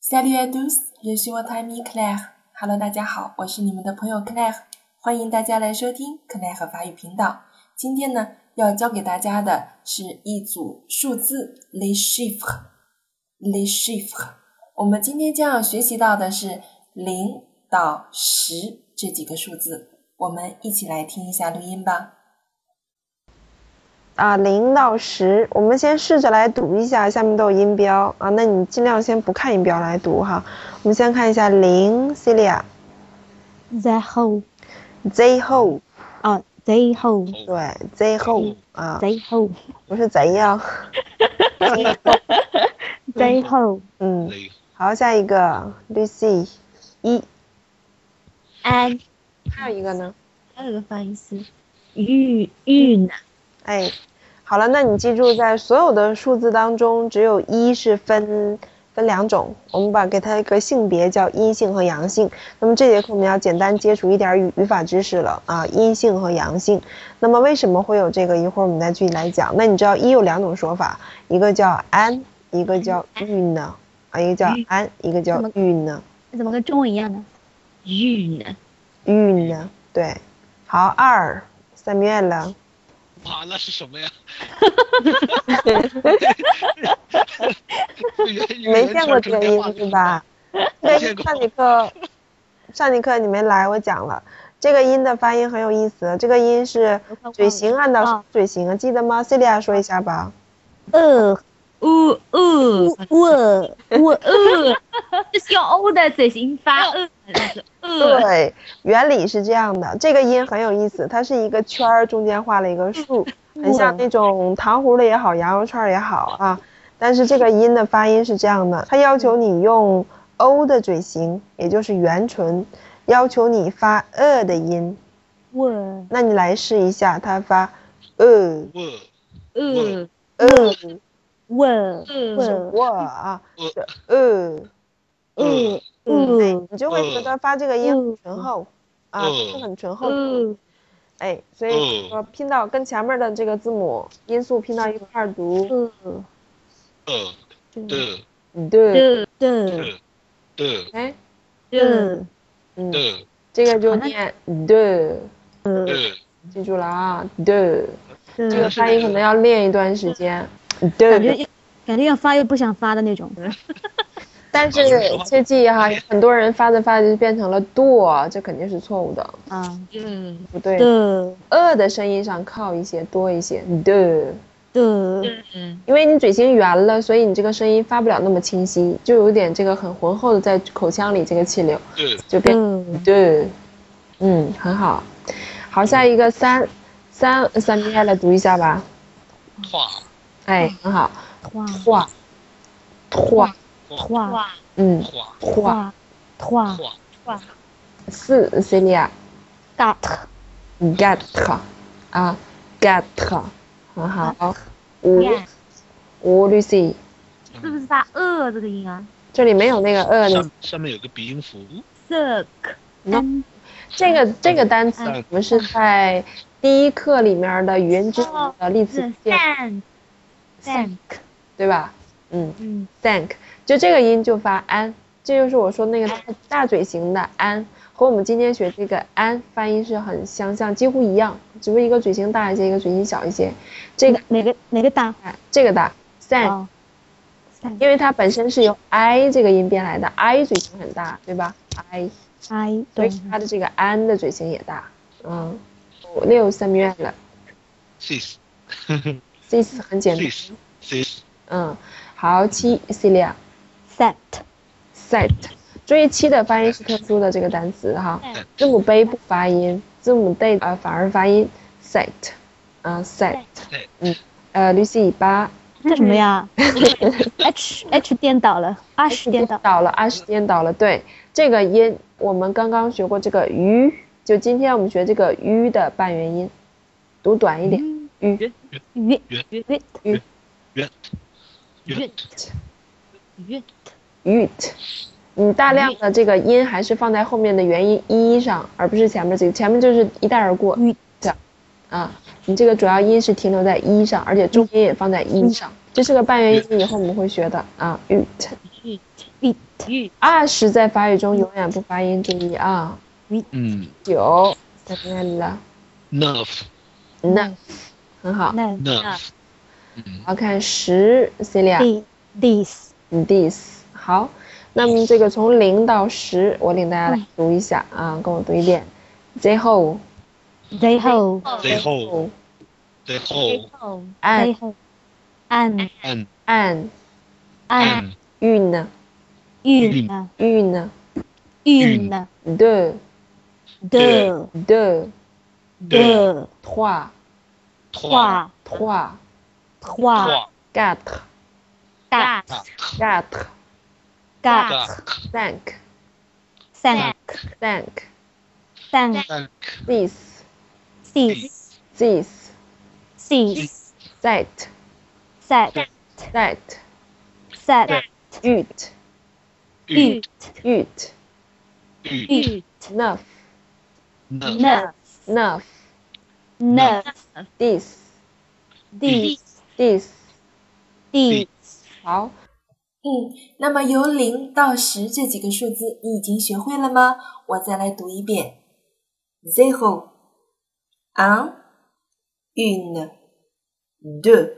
Salut à tous, je suis votre ami Claire. Hello，大家好，我是你们的朋友 Claire，欢迎大家来收听 Claire 法语频道。今天呢，要教给大家的是一组数字 les chiffres，les chiffres。我们今天将要学习到的是零到十这几个数字，我们一起来听一下录音吧。啊，零到十，我们先试着来读一下，下面都有音标啊，那你尽量先不看音标来读哈。我们先看一下零，Celia the whole Z 后，啊，they whole 对 Z 后啊， they whole 不是贼呀， they whole 嗯，雷好，下一个 Lucy 一， and 还有一个呢？还有个发音是遇遇难哎，好了，那你记住，在所有的数字当中，只有一是分分两种，我们把给它一个性别叫阴性和阳性。那么这节课我们要简单接触一点语语法知识了啊，阴性和阳性。那么为什么会有这个？一会儿我们再具体来讲。那你知道一有两种说法，一个叫安，一个叫玉呢，啊，一个叫安，一个叫怎么玉呢，怎么跟中文一样呢？遇难玉呢，对。好，二三面了，哇，那是什么呀？语言语言没见过传这承个变化音的是时吧？没 对，见过上节课，上节课你没来，我讲了，这个音的发音很有意思。这个音是嘴型按到啊嘴型啊，记得吗？Celia 说一下吧。呃呜呜，我我呃这是用 O 的嘴型发呃，那是呃，对，原理是这样的，这个音很有意思，它是一个圈儿，中间画了一个竖，很像那种糖葫芦也好，羊肉串儿也好啊。但是这个音的发音是这样的，它要求你用 O 的嘴型，也就是圆唇，要求你发呃的音。我那你来试一下，它发呃呃呃呃我呃我哇啊，是呃呃嗯呃，你就会觉得发这个音很醇厚啊，嗯是很醇厚的。嗯呃哎，所以嗯说拼到跟前面的这个字母音素拼到一块儿读，呃呃的对，呃的的的哎，呃的嗯，的这个就好那念对，的，记住了啊，对，这个的，发音可能要练一段时间，感觉对，要感觉要发又不想发的那种。但是切记哈，很多人发着发着就变成了剁，这肯定是错误的，啊，嗯不对，的呃的声音上靠一些，多一些，对。的嗯因为你嘴型圆了，所以你这个声音发不了那么清晰，就有点这个很浑厚的在口腔里这个气流的就变。的对，嗯，很好。好，下一个三三三 B 来读一下吧。画哎，很好。画画，画，画嗯，画画。画画画四 Celia got get 啊，get 很好。五 Yeah 五 Lucy，是不是发呃这个音啊这里没有那个呃的上上面有个鼻音符， ？Suck No 这个这个单词嗯我们是在第一课里面的语音知识的例词 the 见， thank thank 对吧？嗯嗯，thank，就这个音就发安，这就是我说那个大大嘴型的安，和我们今天学这个安发音是很相像，几乎一样，只不过一个嘴型大一些，一个嘴型小一些。这个哪个哪个大？大这个大 thank，啊，三因为它本身是由 i 这个音变来的，i 嘴型很大，对吧？i， I 所对以它的这个安的嘴型也大。嗯，五六三月了。 sis C 四很简单， sis sis 嗯，好，七 Celia set set，注意七的发音是特殊的这个单词哈，字母 b 不发音，字母 d 啊反而发音 set，啊 set，嗯，呃，Lucy 八这什么 呀？H H 颠倒了，H 颠倒倒了，r 是颠倒了，对，这个音我们刚刚学过这个 u，就今天我们学这个 u 的半元音，读短一点，wit 圆 wit 圆圆月 u t 你大量的这个音还是放在后面的元音 e 上，而不是前面这个，前面就是一带而过。 wit 啊，你这个主要音是停留在一上，而且重音也放在一上，这是个半元音，以后我们会学的啊。ut it 玉二十在法语中永远不发音，注意啊。嗯九在那里了， ，nerve 那很好。那 nerve，嗯好看十 Celia the this this 好，那么这个从零到十，我领大家来读一下啊，跟我读一遍。最后 they hold ，they hold they hold 按 they hold an and 按 an and 运呢 une 运呢 une de deux de deux trois trois trois trois trois quatre quatre quatre quatre duck cinq cinq cinq cinq duck six six six six sept sept sept sept huit eight huit eight huit neuf nine neuf neuf neuf dix dix dix dix 好，嗯，那么由零到十这几个数字，你已经学会了吗？我再来读一遍：zero, un, une, deux,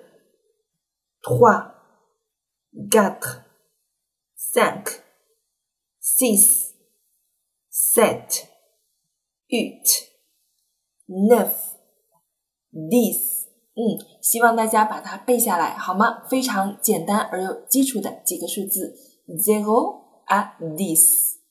trois, quatre, cinq, six, sept, huit, neuf, dix。嗯，希望大家把它背下来，好吗？非常简单而有基础的几个数字，zero a d i s